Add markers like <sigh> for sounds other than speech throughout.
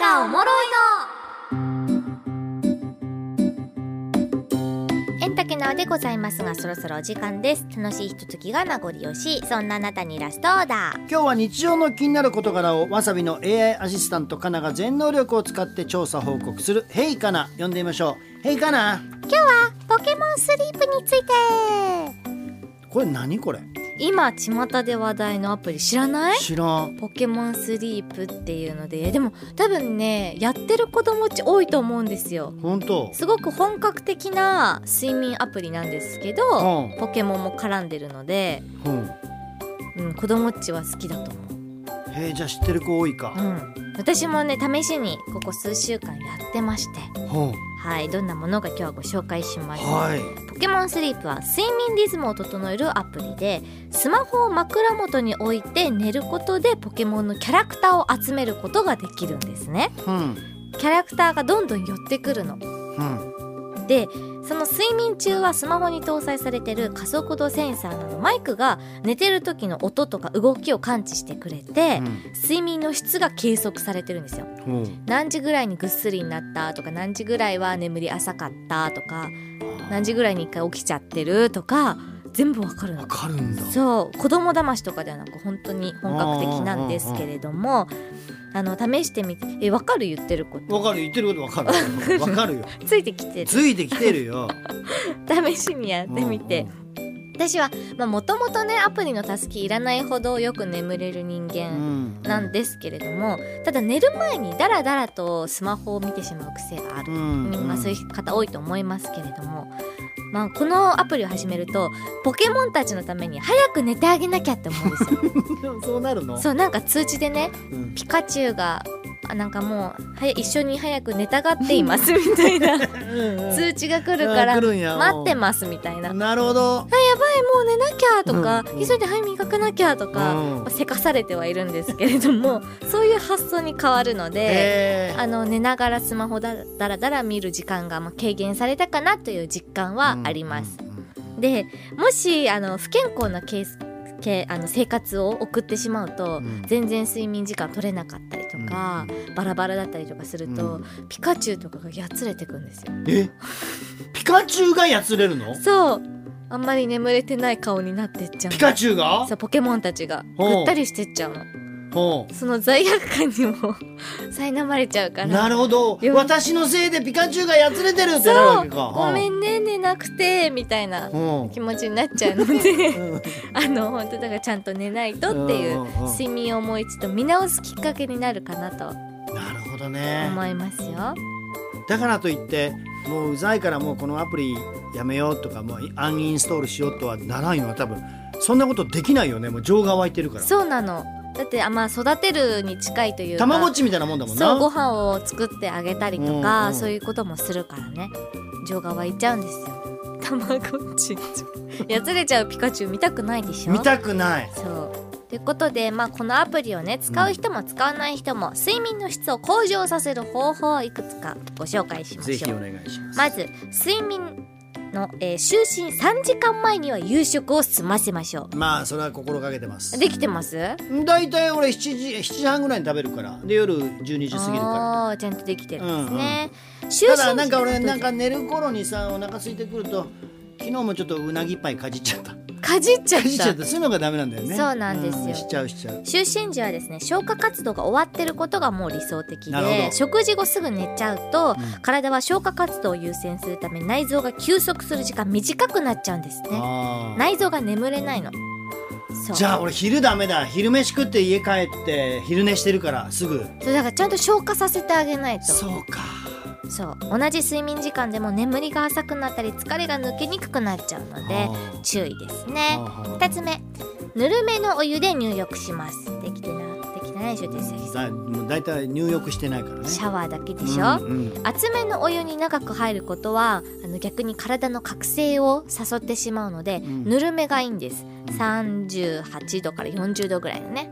がおもろいのエンタケナーでございますがそろそろお時間です楽しいひと月が名残惜しいそんなあなたにラストオーダー今日は日常の気になる事柄をわさびの AI アシスタントかなが全能力を使って調査報告する「ヘイかな」呼んでみましょう「ヘイかな今日はポケモンスリープについて」これ何これ今巷で話題のアプリ知らない知らんポケモンスリープっていうのででも多分ねやってる子供ち多いと思うんですよ本当すごく本格的な睡眠アプリなんですけど、うんポケモンも絡んでるので、うんうん、子供っちは好きだと思う、へえじゃあ知ってる子多いかうん、私もね試しにここ数週間やってましてうんはいどんなものか今日はご紹介します、はいポケモンスリープは睡眠リズムを整えるアプリでスマホを枕元に置いて寝ることでポケモンのキャラクターを集めることができるんですねうんキャラクターがどんどん寄ってくるのうんでその睡眠中はスマホに搭載されてる加速度センサーなどマイクが寝てる時の音とか動きを感知してくれて睡眠の質が計測されてるんですようんうん何時ぐらいにぐっすりになったとか何時ぐらいは眠り浅かったとか何時ぐらいに一回起きちゃってるとか全部わかるわのかるんだそう子供騙しとかではなく本当に本格的なんですけれどもあの試してみてえわかる言ってることわかる言ってることわか <laughs> るわかるよついてきてるついてきて <laughs> るよ試しにやってみて私はもともとねアプリの助けいらないほどよく眠れる人うん間うんなんですけれどもただ寝る前にダラダラとスマホを見てしまう癖があるうんまあ、そういいう方多いと思いますけれども、まあ、このアプリを始めるとポケモンたちのために早く寝てあげなきゃって思うんです <laughs> よ。うそうなるのそうなんか通知でねうんピカチュウがあなんかもうはや一緒に早く寝たがっていますみたい <laughs> な通通知が来るから来るんや待ってますみたいな「はいもなるほどう寝なきゃ」とか「うん急いではい磨かなきゃ」とか、うんまあせかされてはいるんですけれど <laughs> もそういう発想に変わるので。えあの寝ながらスマホだだらだら見る時間がまあ軽減されたかなという実感はあります。でもしあの不健康なケースけあの生活を送ってしまうと、うん全然睡眠時間取れなかったりとか、バラバラだったりとかすると、ピカチュウとかがやつれてくんですよ。えピカチュウがやつれるのそうあんまり眠れてない顔になってっちゃうのピカチュウがそうポケモンたちがほうぐったりしてっちゃうのほその罪悪感にも <laughs> 苛まれちゃうかうらなるほどよ私のせいでピカチュウがやつれてるってなるわそけうかごめんね寝なくてみたいなうん気持ちになっちゃうのでうん <laughs> あの本当だからちゃんと寝ないとっていう睡眠をもう一度見直すきっかけになるかなとなるほどね思いますよ。だからといってもううざいからもうこのアプリやめようとかもうアンインストールしようとはならんよな多分そんなことできないよねもう情が湧いてるからそうなの。だってあまあ育てるに近いというか。たまごっちみたいなもんだもんなそうご飯を作ってあげたりとうんうかんそういうこともするからね。情が湧いちゃうんですよ。たまごっち。やつれちゃうピカチュウ見たくないでしょ。見たくないそう。ということで、まあ、このアプリをね使う人も使わない人も睡眠の質を向上させる方法をいくつかご紹介しましょぜう。ひお願いしますまず睡眠の、えー就寝3時間前には夕食を済ませましょまあそれは心がけてますうできてます過大体俺7時7時半ぐらいに食べるからで夜12時過ぎるかあーちゃんとできてるんですね、就寝らただなんか俺なんかか寝る頃にさお腹空いてくると昨日もちょっとうなぎパイかじっちゃったかかじっちゃっじっちゃたったそういうのがダメなんだよねそうなんですようしちゃうしちゃう就寝時はですね消化活動が終わってることがもう理想的なるほどで食事後すぐ寝ちゃうと、うん体は消化活動を優先するため内臓が休息する時間短くなっちゃうんですねあー内臓が眠れないのそうじゃあ俺昼ダメだ昼飯食って家帰って昼寝してるからすぐそうだからちゃんと消化させてあげないとそうかそう同じ睡眠時間でも眠りが浅くなったり疲れが抜けにくくなっちゃうのであー注意ですあねー2つ目ぬるめのお湯で入浴しますできてなできてないでしょ哲也さだもう大体入浴してないからねんシャワーだけでしょ、うんうん熱めのお湯に長く入ることはあの逆に体の覚醒を誘ってしまうので、んぬるめがいいんです38度から40度ぐらいのね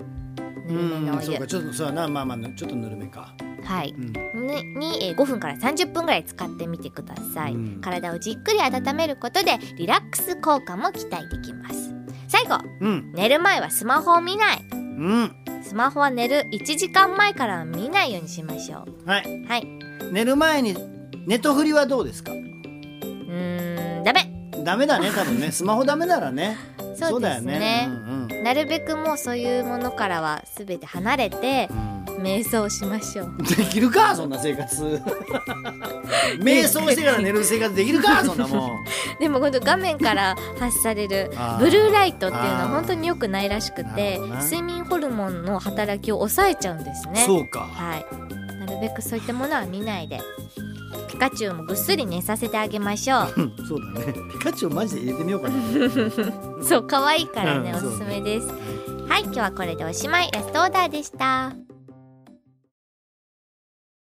ぬるめのうおん湯そうかちょっとそうやなまあまあちょっとぬるめかはいうんににえー5分から30分ぐらい使ってみてください、うん体をじっくり温めることでリラックス効果も期待できます最後うん寝る前はスマホを見ないうんスマホは寝る1時間前からは見ないようにしましょはい。うはい寝る前にネトフリはどうですか。うーんダメダメ <laughs> だね、多分ね、スマホダメならね。そうだでよすね。ねうんうんなるべくもうそういうものからは全て離れてうん瞑想しましょ <laughs> うできるかそんな生活 <laughs> 瞑想してから寝る生活できるかそんなもんでも今度画面から発される <laughs> あーブルーライトっていうのあはー本当に良くないらしくなるてほどな睡眠ホルモンの働きを抑えちゃうんですねそうかはいなるべくそういったものは見ないでピカチュウもぐっすり寝させてあげましょ <laughs> うんそうだねピカチュウマジで入れてみようかなうそう可愛いからねうんおそうすすめですはい今日はこれでおしまいラストオーダーでした